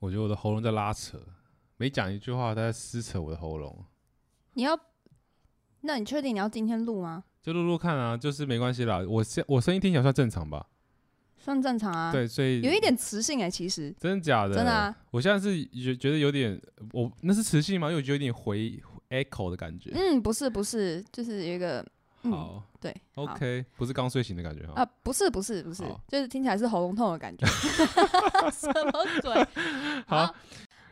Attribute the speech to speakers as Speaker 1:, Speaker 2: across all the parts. Speaker 1: 我觉得我的喉咙在拉扯，每讲一句话，它在撕扯我的喉咙。
Speaker 2: 你要，那你确定你要今天录吗？
Speaker 1: 就录录看啊，就是没关系啦。我声我声音听起来算正常吧？
Speaker 2: 算正常啊。，
Speaker 1: 对，所以
Speaker 2: 有一点磁性哎、其实
Speaker 1: 真的假的？
Speaker 2: 真的啊。
Speaker 1: 我现在是觉觉得有点，我那是磁性吗？因为我觉得有点回 echo 的感觉。
Speaker 2: 嗯，不是不是，就是有一个，嗯
Speaker 1: 好
Speaker 2: 对好
Speaker 1: ，OK，不是刚睡醒的感觉哈。
Speaker 2: 啊，不是不是不是
Speaker 1: 好，
Speaker 2: 就是听起来是喉咙痛的 感觉，什么鬼？
Speaker 1: 好，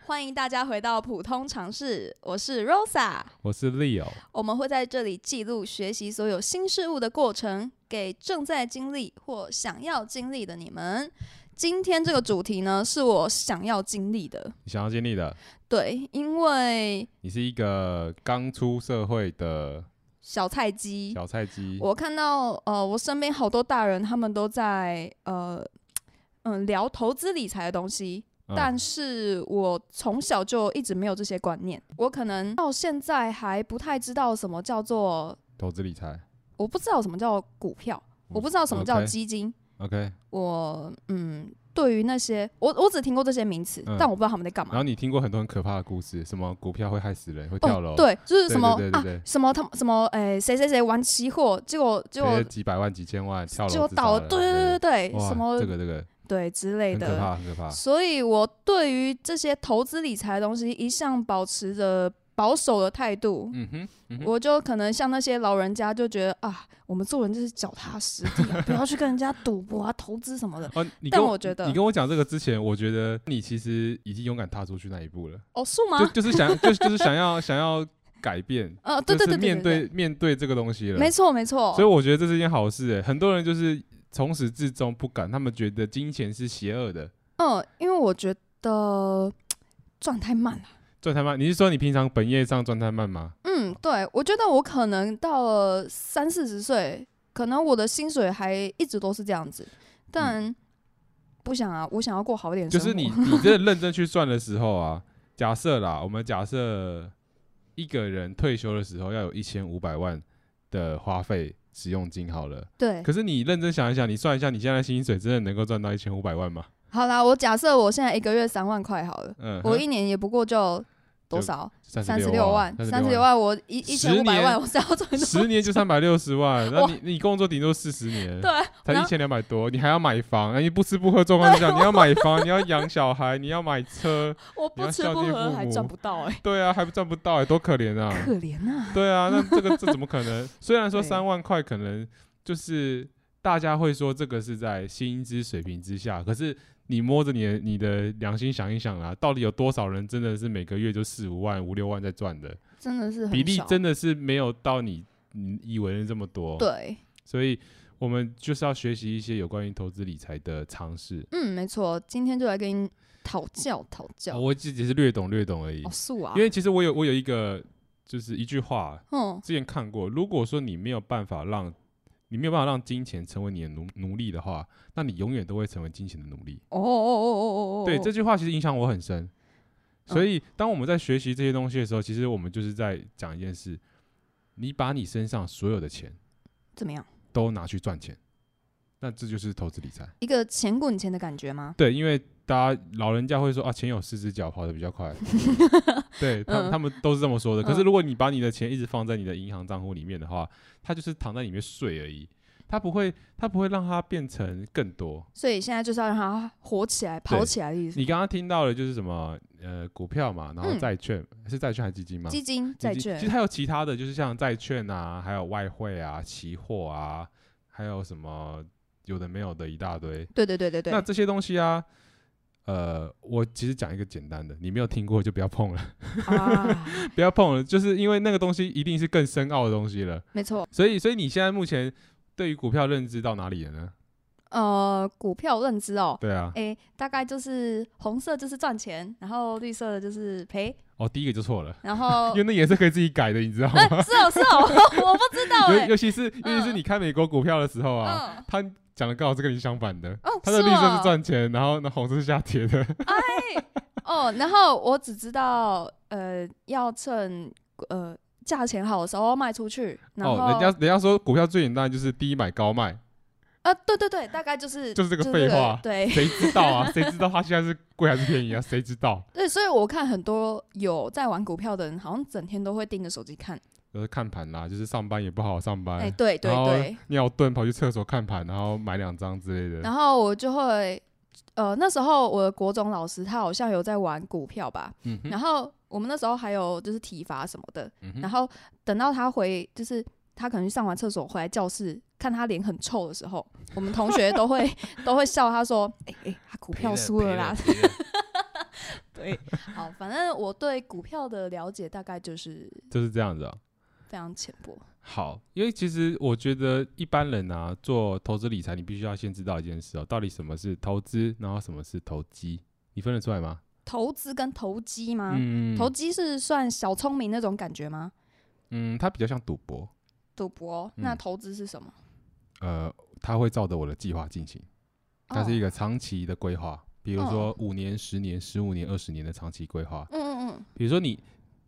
Speaker 2: 欢迎大家回到普通常识，我是 Rosa，
Speaker 1: 我是 Leo，
Speaker 2: 我们会在这里记录学习所有新事物的过程，给正在经历或想要经历的你们。今天这个主题呢，是我想要经历的，
Speaker 1: 你想要经历的，
Speaker 2: 对，因为
Speaker 1: 你是一个刚出社会的
Speaker 2: 小菜鸡，
Speaker 1: 小菜鸡。
Speaker 2: 我看到呃，我身边好多大人，他们都在呃，嗯，聊投资理财的东西，
Speaker 1: 嗯
Speaker 2: 但是我从小就一直没有这些观念，我可能到现在还不太知道什么叫做，
Speaker 1: 投资理财
Speaker 2: 我不知道什么叫股票，我不知道什么叫
Speaker 1: 嗯 OK
Speaker 2: 基金，
Speaker 1: ，OK。
Speaker 2: 我嗯，对于那些我我只听过这些名词，
Speaker 1: 嗯
Speaker 2: 但我不知道他们在干嘛哦
Speaker 1: 然。后你听过很多很可怕的故事，什么股票会害死人，会跳楼，
Speaker 2: 哦，，对，就
Speaker 1: 对
Speaker 2: 是什么
Speaker 1: 对对对对
Speaker 2: 啊，什么他们什么，诶、谁谁谁玩期货，结果结
Speaker 1: 赔
Speaker 2: 果
Speaker 1: 了几百万、几千万，跳楼
Speaker 2: 结果
Speaker 1: 自杀
Speaker 2: 倒了，
Speaker 1: 人
Speaker 2: 对对对对，
Speaker 1: 哇
Speaker 2: 什么
Speaker 1: 这个这个
Speaker 2: 对之类
Speaker 1: 很可
Speaker 2: 的。
Speaker 1: 怕，很可怕。
Speaker 2: 所以我对于这些投资理财的东西，一向保持着保守的态度。
Speaker 1: 嗯哼，嗯哼
Speaker 2: 我就可能像那些老人家，就觉得啊，我们做人就是脚踏实地啊、不要去跟人家赌博啊、投资什么的。
Speaker 1: 哦，你
Speaker 2: 但
Speaker 1: 跟
Speaker 2: 我觉得
Speaker 1: 你跟我讲这个之前，我觉得你其实已经勇敢踏出去那一步了，
Speaker 2: 哦，是吗
Speaker 1: 就？就是想，就是就是想要想要改变，
Speaker 2: 呃， 对
Speaker 1: 就
Speaker 2: 对
Speaker 1: 是
Speaker 2: 对对
Speaker 1: 面
Speaker 2: 对
Speaker 1: 对面对这个东西
Speaker 2: 对，
Speaker 1: 了。
Speaker 2: 没错没错。
Speaker 1: 所以我觉得这是一件好事，哎，很多人就是从始至终不敢，他们觉得金钱是邪恶的。
Speaker 2: 嗯，因为我觉得赚太慢了。
Speaker 1: 赚太慢，你是说你平常本业上赚太慢吗？
Speaker 2: 嗯，对，我觉得我可能到了三四十岁，可能我的薪水还一直都是这样子，但不想啊，我想要过好一点
Speaker 1: 嗯就
Speaker 2: 生活。
Speaker 1: 是你你真的认真去算的时候啊，假设啦，我们假设一个人退休的时候要有一千五百万的花费使用金好了，
Speaker 2: 对，
Speaker 1: 可是你认真想一想，你算一下你现在薪水真的能够赚到一千五百万吗？
Speaker 2: 好啦，我假设我现在一个月三万块好了，
Speaker 1: 嗯，
Speaker 2: 我一年也不过就
Speaker 1: 就
Speaker 2: 多少三
Speaker 1: 三
Speaker 2: 十
Speaker 1: 六啊
Speaker 2: 万，
Speaker 1: 三
Speaker 2: 三十六
Speaker 1: 万，
Speaker 2: 万，我一一千
Speaker 1: 十
Speaker 2: 五百
Speaker 1: 年
Speaker 2: 万，我是要赚多
Speaker 1: 十年就三百六十 万，那
Speaker 2: 哇
Speaker 1: 你你工作顶多四十年，
Speaker 2: 对，啊
Speaker 1: 才
Speaker 2: 然
Speaker 1: 一
Speaker 2: 后
Speaker 1: 千两百多，你还要买房，哎你不吃不喝状况之下，
Speaker 2: 啊
Speaker 1: 你要买房，你要养小孩，你要买车，
Speaker 2: 我
Speaker 1: 你
Speaker 2: 不
Speaker 1: 要
Speaker 2: 吃
Speaker 1: 孝
Speaker 2: 不
Speaker 1: 敬
Speaker 2: 喝
Speaker 1: 父
Speaker 2: 还赚
Speaker 1: 母
Speaker 2: 不到 哎、
Speaker 1: 对啊，还不赚不到，哎，多可怜啊！
Speaker 2: 可怜 啊！
Speaker 1: 对啊，那这个这怎么可 能？虽然说
Speaker 2: 对
Speaker 1: 三万块可能就是大家会说这个是在薪资水平之下，可是你摸着你的你的良心想一想啊，到底有多少人真的是每个月就四五万、五六万在赚的？
Speaker 2: 真的是很
Speaker 1: 比例
Speaker 2: 少
Speaker 1: 真的是没有到你你以为的这么多。，
Speaker 2: 对，
Speaker 1: 所以我们就是要学习一些有关于投资理财的常识。
Speaker 2: 嗯，没错，今天就来跟你讨教讨教。
Speaker 1: 啊我自己是略懂略懂而已，
Speaker 2: 哦，素啊
Speaker 1: 因，为其实我有我有一个就是一句话，
Speaker 2: 嗯，
Speaker 1: 之前看过，如果说你没有办法让你没有办法让金钱成为你的奴奴隶的话，那你永远都会成为金钱的奴隶。
Speaker 2: 哦哦哦哦哦哦，
Speaker 1: 对这句话，其实影响我很深。所以，当我们在学习这些东西的时候，其实我们就是在讲一件事：你把你身上所有的钱
Speaker 2: 怎么样？
Speaker 1: 都拿去赚钱，那这就是投资理财。
Speaker 2: 一个钱滚钱的感觉吗？
Speaker 1: 对，因为大家老人家会说啊，钱有四只脚，跑得比较快。对他们，
Speaker 2: 嗯
Speaker 1: 他们都是这么说的。可是
Speaker 2: 嗯
Speaker 1: 如果你把你的钱一直放在你的银行账户里面的话，它就是躺在里面睡而已，它不会，它不会让它变成更多。
Speaker 2: 所以现在就是要让它火起来、跑
Speaker 1: 对
Speaker 2: 起来的意思。
Speaker 1: 你刚刚听到的就是什么呃股票嘛，然后
Speaker 2: 嗯
Speaker 1: 债券、是债券还是基金吗？
Speaker 2: 基金、
Speaker 1: 基
Speaker 2: 债
Speaker 1: 金
Speaker 2: 券
Speaker 1: 其实，还有其他的，就是像债券啊，还有外汇啊、期货啊，还有什么有的没有的一大堆。
Speaker 2: 对对对对
Speaker 1: 那
Speaker 2: 对，
Speaker 1: 这些东西啊，呃，我其实讲一个简单的，你没有听过就不要碰了，
Speaker 2: 啊，
Speaker 1: 不要碰了，就是因为那个东西一定是更深奥的东西了。
Speaker 2: 没错。
Speaker 1: 所以，所以你现在目前对于股票认知到哪里了呢？
Speaker 2: 呃，股票认知哦，
Speaker 1: 对啊，
Speaker 2: 诶，大概就是红色就是赚钱，然后绿色的就是赔，
Speaker 1: 哦，第一个就错了，
Speaker 2: 然 后
Speaker 1: 因为那颜色可以自己改的，你知道吗？
Speaker 2: 是哦是哦， 我不知道
Speaker 1: 尤
Speaker 2: 哎、
Speaker 1: 尤其是尤其是你看美国股票的时候啊，
Speaker 2: 嗯，
Speaker 1: 他讲的刚好是跟你相反的。
Speaker 2: 哦，
Speaker 1: 他的绿色
Speaker 2: 哦
Speaker 1: 是赚钱，然后那红色是下跌的。
Speaker 2: 哦，然后我只知道呃，要趁呃价钱好的时候卖出去，然后、
Speaker 1: 哦哦，人家人家说股票最简单就是低买高卖，
Speaker 2: 啊，对对对，大概就是
Speaker 1: 就是这个废话
Speaker 2: 对
Speaker 1: 谁知道啊？谁知道它现在是贵还是便宜啊？谁知道？
Speaker 2: 对，所以我看很多有在玩股票的人，好像整天都会盯着手机看。
Speaker 1: 就是看盘啦，就是上班也不好好上班，
Speaker 2: 哎，对对
Speaker 1: 然后
Speaker 2: 对。
Speaker 1: 尿遁跑去厕所看盘，然后买两张之类的。
Speaker 2: 然后我就会，呃，那时候我的国中老师他好像有在玩股票吧，
Speaker 1: 嗯哼，
Speaker 2: 然后我们那时候还有就是体罚什么的，
Speaker 1: 嗯哼
Speaker 2: 然后等到他回，就是他可能去上完厕所回来教室，看他脸很臭的时候，我们同学 都会都会笑他说：“哎、哎、他股票输了啦。”
Speaker 1: 赔了。赔 了
Speaker 2: 对，好，反正我对股票的了解大概就是
Speaker 1: 就是这样子啊。
Speaker 2: 非常浅薄。
Speaker 1: 好，因为其实我觉得一般人啊，做投资理财，你必须要先知道一件事哦，到底什么是投资，然后什么是投机，你分得出来吗？
Speaker 2: 投资跟投机吗？
Speaker 1: 嗯
Speaker 2: 啊投机是算小聪明那种感觉吗？
Speaker 1: 嗯，它比较像赌博，
Speaker 2: 赌博？那
Speaker 1: 嗯
Speaker 2: 投资是什么？
Speaker 1: 呃，它会照着我的计划进行，它是一
Speaker 2: 个，
Speaker 1: 个长期的规划，比如说
Speaker 2: 哦
Speaker 1: 五年、十年、十五年、二十年的长期规划。
Speaker 2: 嗯嗯嗯，
Speaker 1: 比如说你，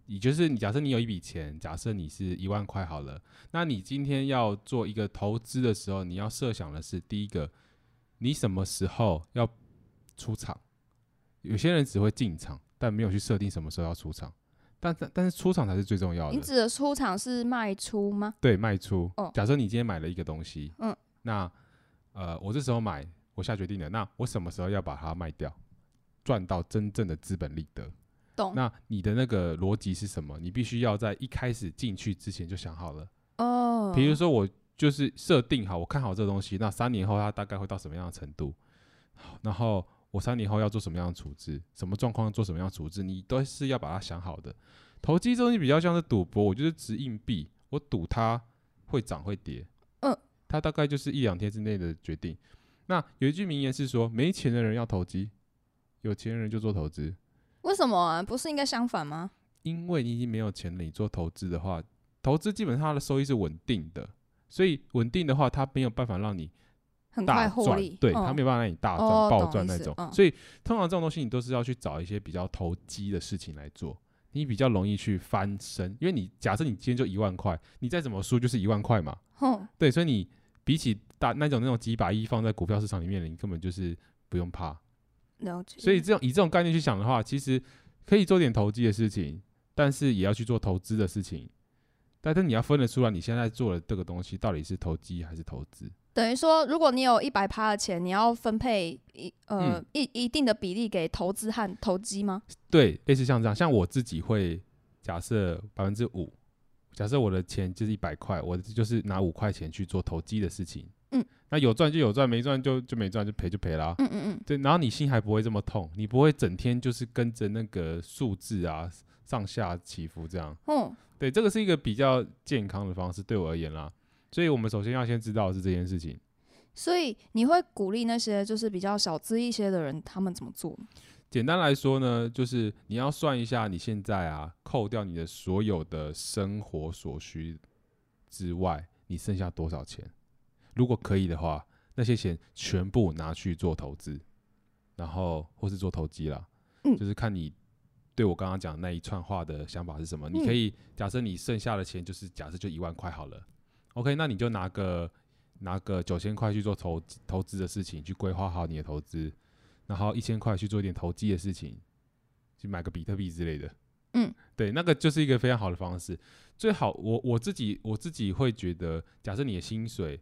Speaker 1: 你就是你，假设你有一笔钱，假设你是一万块好了，那你今天要做一个投资的时候，你要设想的是，第一个，你什么时候要出场？有些人只会进场，但没有去设定什么时候要出场，但但但是出场才是最重要
Speaker 2: 你
Speaker 1: 的。
Speaker 2: 指的出场是卖出吗？
Speaker 1: 对，卖出。
Speaker 2: 哦
Speaker 1: 假设你今天买了一个东西，
Speaker 2: 嗯，
Speaker 1: 那呃，我这时候买，我下决定了，那我什么时候要把它卖掉，赚到真正的资本利得？
Speaker 2: 懂？
Speaker 1: 那你的那个逻辑是什么？你必须要在一开始进去之前就想好了。
Speaker 2: 哦，
Speaker 1: 比如说，我就是设定好，我看好这个东西，那三年后它大概会到什么样的程度，然后我三年后要做什么样的处置，什么状况做什么样的处置，你都是要把它想好的。投机这东西比较像是赌博，我就是掷硬币，我赌它会涨会跌，
Speaker 2: 嗯，
Speaker 1: 它大概就是一两天之内的决定。那有一句名言是说，没钱的人要投机，有钱人就做投资。
Speaker 2: 为什么啊？不是应该相反吗？
Speaker 1: 因为你已经没有钱了，你做投资的话，投资基本上它的收益是稳定的，所以稳定的话，它没有办法让你
Speaker 2: 很快
Speaker 1: 大
Speaker 2: 获
Speaker 1: 赚
Speaker 2: 利，，
Speaker 1: 对，
Speaker 2: 嗯
Speaker 1: 它没有办法让你大赚、
Speaker 2: 哦
Speaker 1: 暴
Speaker 2: 懂
Speaker 1: 赚
Speaker 2: 意
Speaker 1: 那
Speaker 2: 思
Speaker 1: 种。
Speaker 2: 嗯
Speaker 1: 所以通常这种东西，你都是要去找一些比较投机的事情来做，你比较容易去翻身，因为你假设你今天就一万块，你再怎么输就是一万块嘛，
Speaker 2: 哼，
Speaker 1: 对，所以你比起大那种那种几百亿放在股票市场里面，你根本就是不用怕。
Speaker 2: 了解。
Speaker 1: 所以这种以这种概念去想的话，其实可以做点投机的事情，但是也要去做投资的事情。但是你要分得出来，你现在做的这个东西到底是投机还是投资？
Speaker 2: 等于说，如果你有一百趴的钱，你要分配一呃、
Speaker 1: 嗯
Speaker 2: 一一定的比例给投资和投机吗？
Speaker 1: 对，类似像这样，像我自己会假设百分之五，假设我的钱就是一百块，我就是拿五块钱去做投机的事情。
Speaker 2: 嗯，
Speaker 1: 那有赚就有赚，没赚就就没赚，就赔就赔啦。
Speaker 2: 嗯嗯嗯，
Speaker 1: 对，然后你心还不会这么痛，你不会整天就是跟着那个数字啊上下起伏这样。
Speaker 2: 哦，
Speaker 1: 对，这个是一个比较健康的方式，对我而言啦。所以我们首先要先知道的是这件事情。
Speaker 2: 所以你会鼓励那些就是比较小资一些的人，他们怎么做吗？
Speaker 1: 简单来说呢，就是你要算一下你现在啊，扣掉你的所有的生活所需之外，你剩下多少钱？如果可以的话，那些钱全部拿去做投资，然后或是做投机啦。
Speaker 2: 嗯
Speaker 1: 就是看你对我刚刚讲的那一串话的想法是什
Speaker 2: 嗯
Speaker 1: 么。你可以假设你剩下的钱就是假设就一万块好了，OK，那你就拿个拿个九千块去做投投资的事情，去规划好你的投资，然后一千块去做一点投机的事情，去买个比特币之类的。
Speaker 2: 嗯，
Speaker 1: 对，那个就是一个非常好的方式。最好我我自己我自己会觉得，假设你的薪水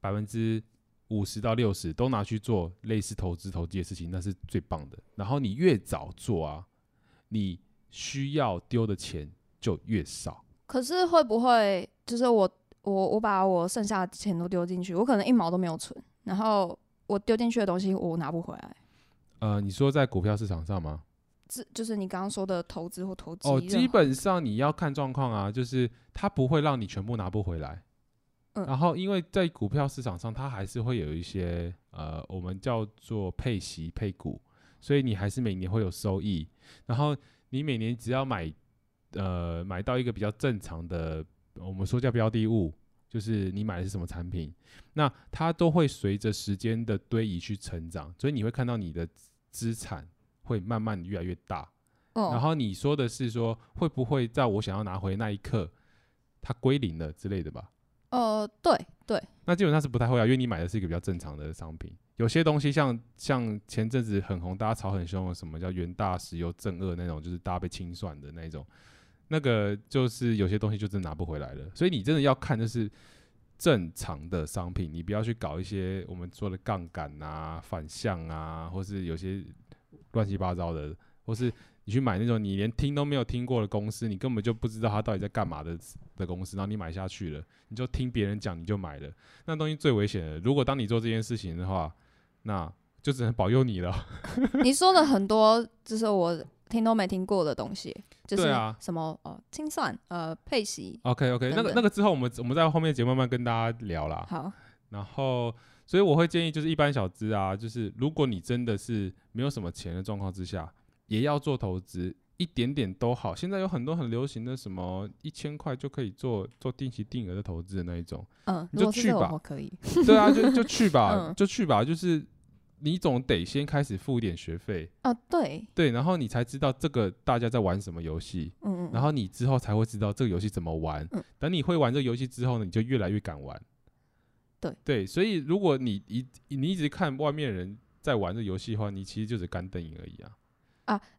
Speaker 1: 百分之五十到六十都拿去做类似投资投机的事情，那是最棒的。然后你越早做啊，你需要丢的钱就越少。
Speaker 2: 可是会不会就是我我我把我剩下的钱都丢进去，我可能一毛都没有存，然后我丢进去的东西我拿不回来，
Speaker 1: 呃，你说在股票市场上吗？
Speaker 2: 这就是你刚刚说的投资或投机任
Speaker 1: 哦，
Speaker 2: 何。
Speaker 1: 基本上你要看状况啊，就是它不会让你全部拿不回来。
Speaker 2: 嗯
Speaker 1: 然后因为在股票市场上，它还是会有一些呃，我们叫做配息配股，所以你还是每年会有收益。然后你每年只要买呃买到一个比较正常的，我们说叫标的物，就是你买的是什么产品，那它都会随着时间的堆移去成长，所以你会看到你的资产会慢慢地越来越大。
Speaker 2: 哦，
Speaker 1: 然后你说的是说会不会在我想要拿回那一刻，它归零了之类的吧？
Speaker 2: 呃，对对，
Speaker 1: 那基本上是不太会啊，因为你买的是一个比较正常的商品。有些东西像像前阵子很红，大家吵很凶的，什么叫元大石油正二那种，就是大家被清算的那种，那个就是有些东西就真的拿不回来了。所以你真的要看就是正常的商品，你不要去搞一些我们说的杠杆啊、反向啊，或是有些乱七八糟的，或是你去买那种你连听都没有听过的公司，你根本就不知道它到底在干嘛的的公司，然后你买下去了，你就听别人讲你就买了，那东西最危险的。如果当你做这件事情的话，那就只能保佑你 了。
Speaker 2: 你说了很多，就是我听都没听过的东西，就
Speaker 1: 对
Speaker 2: 是
Speaker 1: 啊
Speaker 2: 什么呃清算、呃配息，
Speaker 1: OK OK，那
Speaker 2: 等
Speaker 1: 个
Speaker 2: 等
Speaker 1: 那个之后我们我们在后面的节目慢慢跟大家聊啦。
Speaker 2: 好，
Speaker 1: 然后，所以我会建议就是一般小资啊，就是如果你真的是没有什么钱的状况之下，也要做投资，一点点都好。现在有很多很流行的什么一千块就可以做做定期定额的投资的那一 种，
Speaker 2: 嗯，
Speaker 1: 你
Speaker 2: 如
Speaker 1: 就
Speaker 2: 果是
Speaker 1: 去
Speaker 2: 这种
Speaker 1: 吧
Speaker 2: 我可以，
Speaker 1: 对啊，就就去吧，
Speaker 2: 嗯
Speaker 1: 就去吧，就是你总得先开始付一点学费，
Speaker 2: 啊，对，
Speaker 1: 对，然后你才知道这个大家在玩什么游戏，
Speaker 2: 嗯嗯，
Speaker 1: 然后你之后才会知道这个游戏怎么玩。
Speaker 2: 嗯
Speaker 1: 等你会玩这个游戏之后呢，你就越来越敢玩。
Speaker 2: 对
Speaker 1: 对，所以如果你一你一直看外面人在玩这个游戏的话，你其实就只干瞪眼而已啊。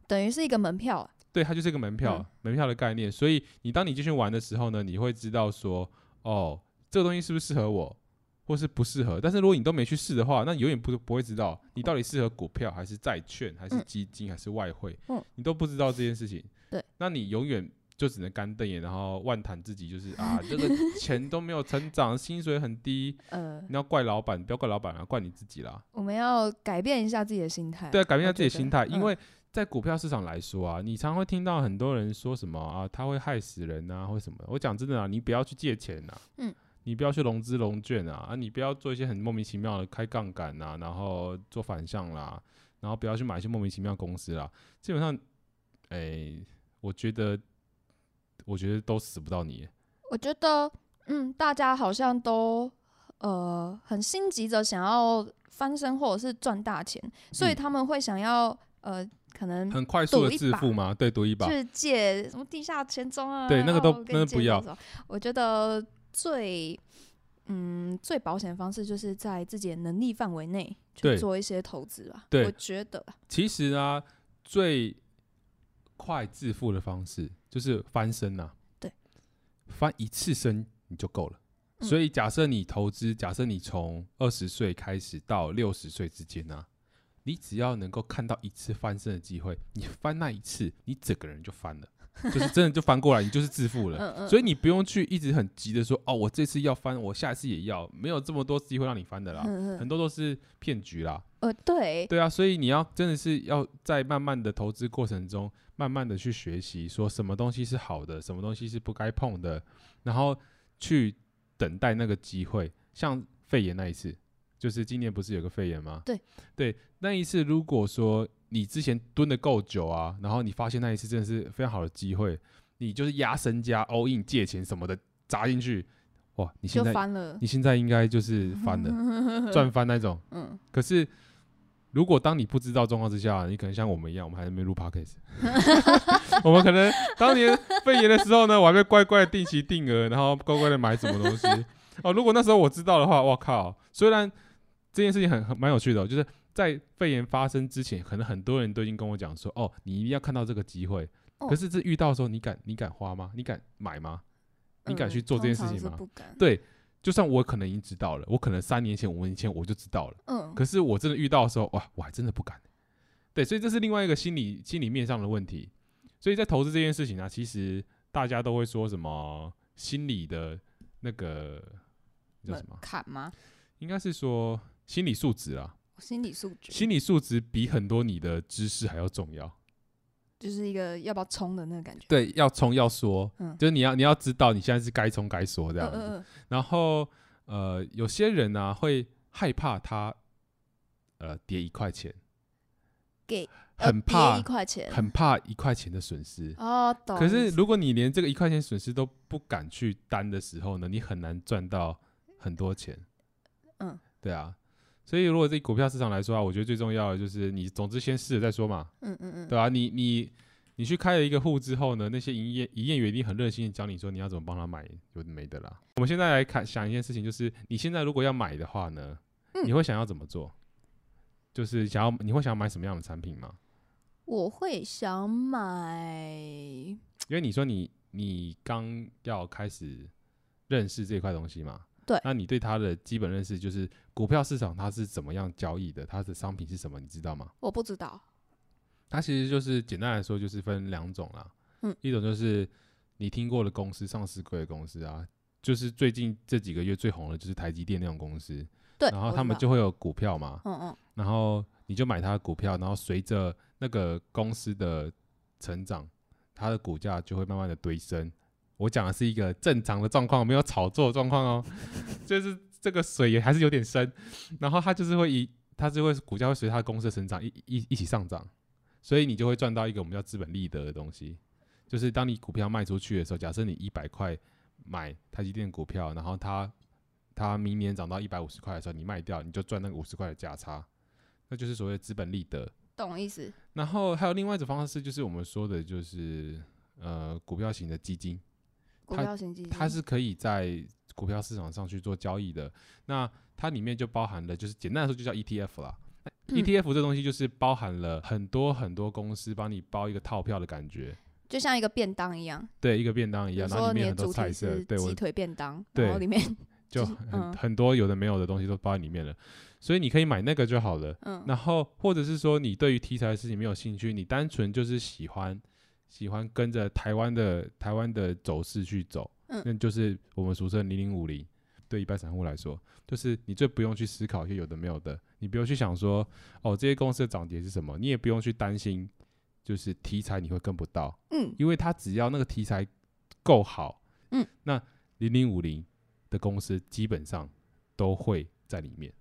Speaker 2: 等于是一个门票啊，
Speaker 1: 对，它就是一个门票，
Speaker 2: 嗯
Speaker 1: 门票的概念。所以你当你继续玩的时候呢，你会知道说，哦，这个东西是不是适合我，或是不适合。但是如果你都没去试的话，那你永远不不会知道你到底适合股票还是债券还是
Speaker 2: 嗯
Speaker 1: 基金还是外汇，
Speaker 2: 嗯
Speaker 1: 你都不知道这件事情。
Speaker 2: 对，
Speaker 1: 那你永远。就只能干瞪眼，然后万谈自己就是啊，这 个钱都没有成长，薪水很低，
Speaker 2: 呃，
Speaker 1: 你要怪老板，不要怪老板啊，怪你自己啦。
Speaker 2: 我们要改变一下自己的心态，
Speaker 1: 对啊，改变一
Speaker 2: 我
Speaker 1: 下自己的
Speaker 2: 觉得
Speaker 1: 心态，因
Speaker 2: 嗯
Speaker 1: 为在股票市场来说啊，你常会听到很多人说什么啊，他会害死人啊，或什么。我讲真的啊，你不要去借钱啊，
Speaker 2: 嗯，
Speaker 1: 你不要去融资融券啊，啊，你不要做一些很莫名其妙的开杠杆啊，然后做反向啦，然后不要去买一些莫名其妙的公司啦。基本上，哎、我觉得，我觉得都死不到你。
Speaker 2: 我觉得，嗯，大家好像都呃很心急着想要翻身或者是赚大钱，所以
Speaker 1: 嗯
Speaker 2: 他们会想要呃可能
Speaker 1: 很快速
Speaker 2: 赌
Speaker 1: 的
Speaker 2: 一
Speaker 1: 致
Speaker 2: 把
Speaker 1: 富吗？对，赌一把。
Speaker 2: 去借什么地下钱庄啊，
Speaker 1: 对那个都
Speaker 2: 哦我跟
Speaker 1: 那个
Speaker 2: 你借
Speaker 1: 不
Speaker 2: 多
Speaker 1: 要
Speaker 2: 少我觉得最嗯最保险的方式就是在自己的能力范围内
Speaker 1: 对
Speaker 2: 去做一些投资吧。
Speaker 1: 对
Speaker 2: 我觉得啦
Speaker 1: 其实啊，最快致富的方式就是翻身呐、
Speaker 2: 对，
Speaker 1: 翻一次身你就够了。
Speaker 2: 嗯
Speaker 1: 所以假设你投资，假设你从二十岁开始到六十岁之间呢、你只要能够看到一次翻身的机会，你翻那一次，你整个人就翻 了，就是真的就翻过来，你就是致富了。
Speaker 2: 嗯嗯，
Speaker 1: 所以你不用去一直很急的说哦，我这次要翻，我下一次也要，没有这么多机会让你翻的啦，
Speaker 2: 嗯嗯
Speaker 1: 啊很多都是骗局啦。
Speaker 2: 呃对，
Speaker 1: 对啊，所以你要真的是要在慢慢的投资过程中，慢慢的去学习，说什么东西是好的，什么东西是不该碰的，然后去等待那个机会。像肺炎那一次，就是今年不是有个肺炎吗？
Speaker 2: 对
Speaker 1: 对，那一次如果说你之前蹲的够久啊，然后你发现那一次真的是非常好的机会，你就是压身家、all in 借钱什么的砸进去，哇，你现
Speaker 2: 就
Speaker 1: 在
Speaker 2: 翻了，
Speaker 1: 你现在应该就是翻了。 赚翻那种。
Speaker 2: 嗯
Speaker 1: 可是如果当你不知道状况之下，你可能像我们一样，我们还在那边录 podcast。我们可能当年肺炎的时候呢，我还会乖乖地定期定额，然后乖乖的买什么 东西。哦，如果那时候我知道的话，我靠！虽然这件事情很很蛮有趣的哦、就是在肺炎发生之前，可能很多人都已经跟我讲说，哦，你一定要看到这个机会。
Speaker 2: 哦
Speaker 1: 可是这遇到的时候，你敢你敢花吗？你敢买吗？你敢
Speaker 2: 嗯
Speaker 1: 去做这件事
Speaker 2: 通常
Speaker 1: 情
Speaker 2: 是
Speaker 1: 吗？
Speaker 2: 不敢，
Speaker 1: 对，就算我可能已经知道了，我可能三年前、五年前我就知道了，
Speaker 2: 嗯，
Speaker 1: 可是我真的遇到的时候，哇，我还真的不敢。对，所以这是另外一个心理心理面上的问题。所以在投资这件事情呢、啊其实大家都会说什么心理的那个叫
Speaker 2: 门
Speaker 1: 什么，
Speaker 2: 槛吗？
Speaker 1: 应该是说心理素质啊，
Speaker 2: 心理素质，
Speaker 1: 心理素质比很多你的知识还要重要。
Speaker 2: 就是一个要不要冲的那个感觉。
Speaker 1: 对，要冲要说，
Speaker 2: 嗯
Speaker 1: 就是你要你要知道你现在是该冲该说这
Speaker 2: 嗯
Speaker 1: 样子。
Speaker 2: 嗯嗯，
Speaker 1: 然后呃，有些人呢、会害怕他呃跌一块钱，
Speaker 2: 给呃
Speaker 1: 很
Speaker 2: 别
Speaker 1: 怕
Speaker 2: 一块钱，
Speaker 1: 很怕一块钱的损失。
Speaker 2: 哦，懂。
Speaker 1: 可是如果你连这个一块钱损失都不敢去担的时候呢，你很难赚到很多钱。
Speaker 2: 嗯，
Speaker 1: 对啊。所以如果在股票市场来说啊，我觉得最重要的就是你，总之先试了再说嘛，
Speaker 2: 嗯嗯嗯，
Speaker 1: 对啊，你你你去开了一个户之后呢，那些营业营业员一定很热心的教你说你要怎么帮他买有的没的啦。我们现在来看想一件事情，就是你现在如果要买的话呢，
Speaker 2: 嗯
Speaker 1: 你会想要怎么做？就是想要你会想要买什么样的产品吗？
Speaker 2: 我会想买，
Speaker 1: 因为你说你你刚要开始认识这块东西嘛，
Speaker 2: 对
Speaker 1: 那你对它的基本认识就是股票市场它是怎么样交易的，它的商品是什么，你知道吗？
Speaker 2: 我不知道，
Speaker 1: 它其实就是简单来说就是分两种啦，
Speaker 2: 嗯，
Speaker 1: 一种就是你听过的公司，上市贵的公司啊，就是最近这几个月最红的就是台积电那种公司，
Speaker 2: 对，
Speaker 1: 然
Speaker 2: 我
Speaker 1: 后
Speaker 2: 知
Speaker 1: 他们
Speaker 2: 道，
Speaker 1: 就会有股票嘛，
Speaker 2: 嗯嗯，
Speaker 1: 然后你就买它的股票，然后随着那个公司的成长，它的股价就会慢慢的堆升。我讲的是一个正常的状况，没有炒作的状况哦， 就是这个水也还是有点深，然后它就是会以它就会股价会随它的公司的成长一一一起上涨，所以你就会赚到一个我们叫资本利得的东西，就是当你股票卖出去的时候，假设你一百块买台积电股票，然后它它明年涨到一百五十块的时候，你卖掉，你就赚那个五十块的价差。那就是所谓的资本利得。
Speaker 2: 懂意思，
Speaker 1: 然后还有另外一种方式，就是我们说的，就是呃股票型的基金，
Speaker 2: 股
Speaker 1: 它
Speaker 2: 票型基金，
Speaker 1: 它是可以在股票市场上去做交易的。那它里面就包含了，就是简单来说就叫 ETF 啦。
Speaker 2: 嗯
Speaker 1: ETF 这东西就是包含了很多很多公司帮你包一个套票的感觉，
Speaker 2: 就像一个便当一样，
Speaker 1: 对，一个便当一
Speaker 2: 比如
Speaker 1: 样，然后
Speaker 2: 说
Speaker 1: 里
Speaker 2: 你
Speaker 1: 面很
Speaker 2: 的
Speaker 1: 多
Speaker 2: 主
Speaker 1: 菜
Speaker 2: 题
Speaker 1: 色，
Speaker 2: 是
Speaker 1: 对我
Speaker 2: 鸡腿便当，
Speaker 1: 对
Speaker 2: 然后里面，
Speaker 1: 就
Speaker 2: 就是
Speaker 1: 很、
Speaker 2: 嗯
Speaker 1: 很多有的没有的东西都包在里面了，所以你可以买那个就好了。
Speaker 2: 嗯，
Speaker 1: 然后或者是说你对于题材的事情没有兴趣，你单纯就是喜欢喜欢跟着台湾的台湾的走势去走，
Speaker 2: 嗯
Speaker 1: 那就是我们俗称零零五零。对一般散户来说，就是你最不用去思考一些有的没有的，你不用去想说哦这些公司的涨跌是什么，你也不用去担心，就是题材你会跟不到，
Speaker 2: 嗯，
Speaker 1: 因为它只要那个题材够好，
Speaker 2: 嗯，
Speaker 1: 那零零五零的公司基本上都会在里面。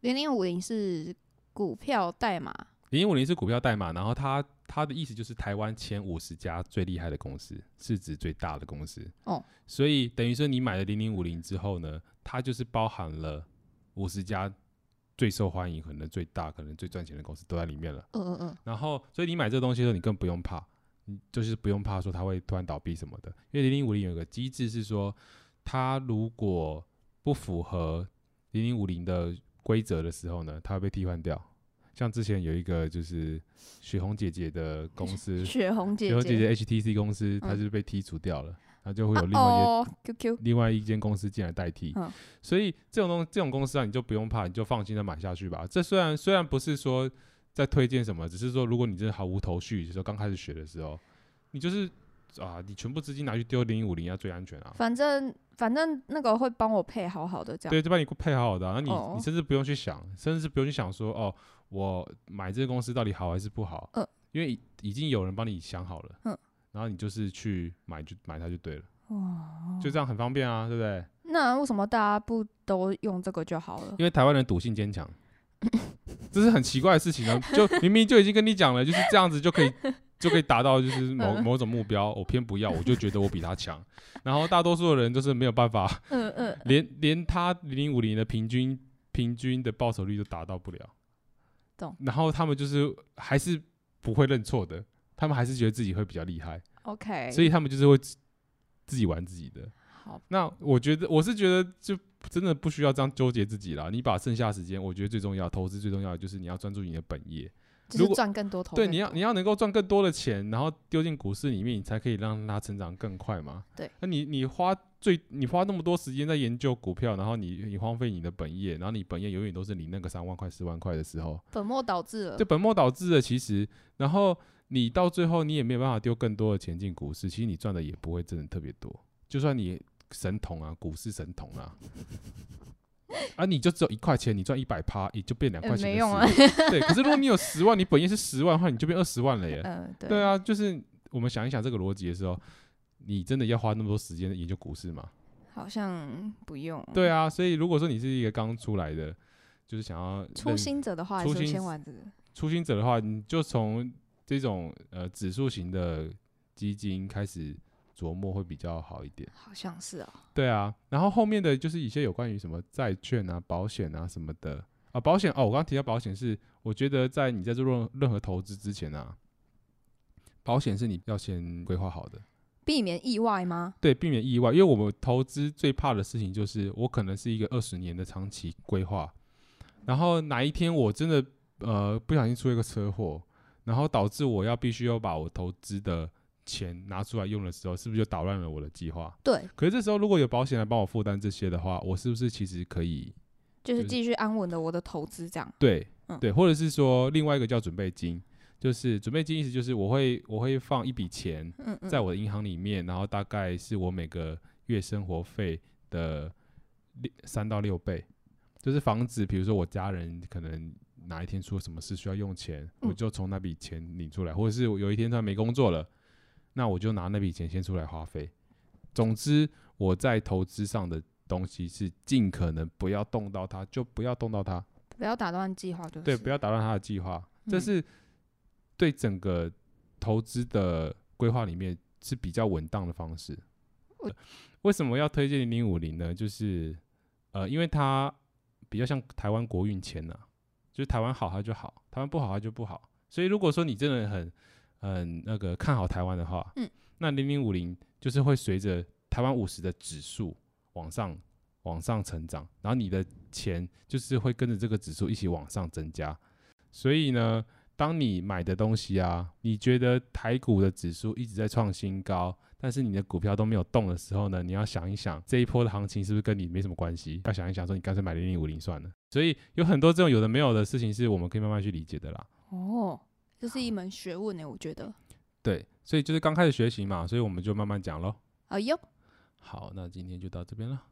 Speaker 2: 零零五零是股票代码，
Speaker 1: 零零五零是股票代码，然后它它的意思就是台湾前五十家最厉害的公司，市值最大的公司。
Speaker 2: 哦，
Speaker 1: 所以等于说你买了零零五零之后呢，它就是包含了五十家最受欢迎、可能最大、可能最赚钱的公司都在里面了。
Speaker 2: 嗯嗯嗯，
Speaker 1: 然后，所以你买这个东西的时候，你更不用怕，你就是不用怕说它会突然倒闭什么的，因为零零五零有个机制是说，它如果不符合零零五零的规则的时候呢，它会被替换掉。像之前有一个就是雪红姐姐的公司，
Speaker 2: 雪红姐
Speaker 1: 雪红姐姐 HTC 公司，它
Speaker 2: 嗯
Speaker 1: 就是被剔除掉了，然后就会
Speaker 2: 啊
Speaker 1: 有另外一些
Speaker 2: 哦，QQ，
Speaker 1: 另外一间公司进来代替。
Speaker 2: 嗯
Speaker 1: 所以这种东这种公司啊，你就不用怕，你就放心的买下去吧。这虽然虽然不是说在推荐什么，只是说如果你真的毫无头绪，就是说刚开始学的时候，你就是啊，你全部资金拿去丢零五零啊，最安全啊。
Speaker 2: 反正反正那个会帮我配好好的这样，
Speaker 1: 对，就把你配好好的、啊，那你、
Speaker 2: 哦
Speaker 1: 你甚至不用去想，甚至不用去想说哦，我买这个公司到底好还是不好，
Speaker 2: 嗯
Speaker 1: 因为已已经有人帮你想好了，
Speaker 2: 嗯
Speaker 1: 然后你就是去买就买它就对了，
Speaker 2: 哇，
Speaker 1: 就这样很方便啊，对不对？
Speaker 2: 那为什么大家不都用这个就好了？
Speaker 1: 因为台湾人赌性坚强，这是很奇怪的事情啊！就明明就已经跟你讲了，就是这样子就可以就可以达到就是某
Speaker 2: 嗯
Speaker 1: 某种目标，我偏不要，我就觉得我比他强。然后大多数的人就是没有办法，
Speaker 2: 嗯嗯，
Speaker 1: 连连他零零五零的平均平均的报酬率都达到不了。
Speaker 2: 懂。
Speaker 1: 然后他们就是还是不会认错的，他们还是觉得自己会比较厉害，
Speaker 2: OK，
Speaker 1: 所以他们就是会自自己玩自己的。
Speaker 2: 好，
Speaker 1: 那我觉得我是觉得就真的不需要这样纠结自己啦。你把剩下时间，我觉得最重要，投资最重要的就是你要专注你的本业。
Speaker 2: 就
Speaker 1: 如
Speaker 2: 是
Speaker 1: 果
Speaker 2: 赚更多投更
Speaker 1: 对，
Speaker 2: 多。
Speaker 1: 你要你要能够赚更多的钱，然后丢进股市里面，你才可以让它成长更快嘛。
Speaker 2: 对，
Speaker 1: 那你你花最你花那么多时间在研究股票，然后你你荒废你的本业，然后你本业永远都是你那个三万块四万块的时候，
Speaker 2: 本末倒置了
Speaker 1: 对，。本末倒置的其实，然后你到最后你也没有办法丢更多的钱进股市，其实你赚的也不会真的特别多。就算你神童啊，股市神童啊，啊，你就只有一块钱，你赚一百趴，也就变两
Speaker 2: 呃
Speaker 1: 块钱、
Speaker 2: 没用啊。
Speaker 1: 对，可是如果你有十万，你本业是十万的话，你就变二十万了耶。
Speaker 2: 嗯，对。
Speaker 1: 对啊，就是我们想一想这个逻辑的时候，你真的要花那么多时间研究股市吗？
Speaker 2: 好像不用。
Speaker 1: 对啊，所以如果说你是一个刚出来的，就是想要
Speaker 2: 初
Speaker 1: 认
Speaker 2: 心者的话，还
Speaker 1: 初
Speaker 2: 是
Speaker 1: 心
Speaker 2: 先玩这个。
Speaker 1: 初心者的话，你就从这种呃指数型的基金开始琢磨会比较好一点。
Speaker 2: 好像是哦。
Speaker 1: 对啊，然后后面的就是一些有关于什么债券啊、保险啊什么的啊。保险哦，我刚刚提到保险是，我觉得在你在做任任何投资之前啊，保险是你要先规划好的，
Speaker 2: 避免意外吗？
Speaker 1: 对，避免意外。因为我们投资最怕的事情就是，我可能是一个二十年的长期规划，然后哪一天我真的呃不小心出一个车祸，然后导致我要必须要把我投资的钱拿出来用的时候，是不是就打乱了我的计划？
Speaker 2: 对，
Speaker 1: 可是这时候如果有保险来帮我负担这些的话，我是不是其实可以
Speaker 2: 就是
Speaker 1: 就是
Speaker 2: 继续安稳的我的投资这样。
Speaker 1: 对，
Speaker 2: 嗯
Speaker 1: 对，或者是说另外一个叫准备金，就是准备金意思就是我会我会放一笔钱
Speaker 2: 嗯嗯，
Speaker 1: 在我的银行里面，然后大概是我每个月生活费的六三到六倍，就是防止比如说我家人可能哪一天出了什么事需要用钱，我
Speaker 2: 嗯
Speaker 1: 就从那笔钱领出来，或者是我有一天突然没工作了，那我就拿那笔钱先出来花费。总之，我在投资上的东西是尽可能不要动到它，就不要动到它。
Speaker 2: 不要打乱计划，就是
Speaker 1: 对，不
Speaker 2: 要
Speaker 1: 要打乱他的计划，这
Speaker 2: 嗯
Speaker 1: 是对整个投资的规划里面是比较稳当的方式
Speaker 2: 我。
Speaker 1: 为什么要推荐零零五零呢？就是呃，因为它比较像台湾国运签呐、就是台湾好它就好，台湾不好它就不好。所以如果说你真的很很那个看好台湾的话，
Speaker 2: 嗯，
Speaker 1: 那零零五零就是会随着台湾五十的指数往上往上成长，然后你的钱就是会跟着这个指数一起往上增加。所以呢，当你买的东西啊，你觉得台股的指数一直在创新高，但是你的股票都没有动的时候呢，你要想一想这一波的行情是不是跟你没什么关系？要想一想，说你干脆买零零五零算了。所以有很多这种有的没有的事情，是我们可以慢慢去理解的啦。
Speaker 2: 哦，这是一门学问欸呢，我觉得。
Speaker 1: 对，所以就是刚开始学习嘛，所以我们就慢慢讲喽。
Speaker 2: 哎呦，
Speaker 1: 好，那今天就到这边了。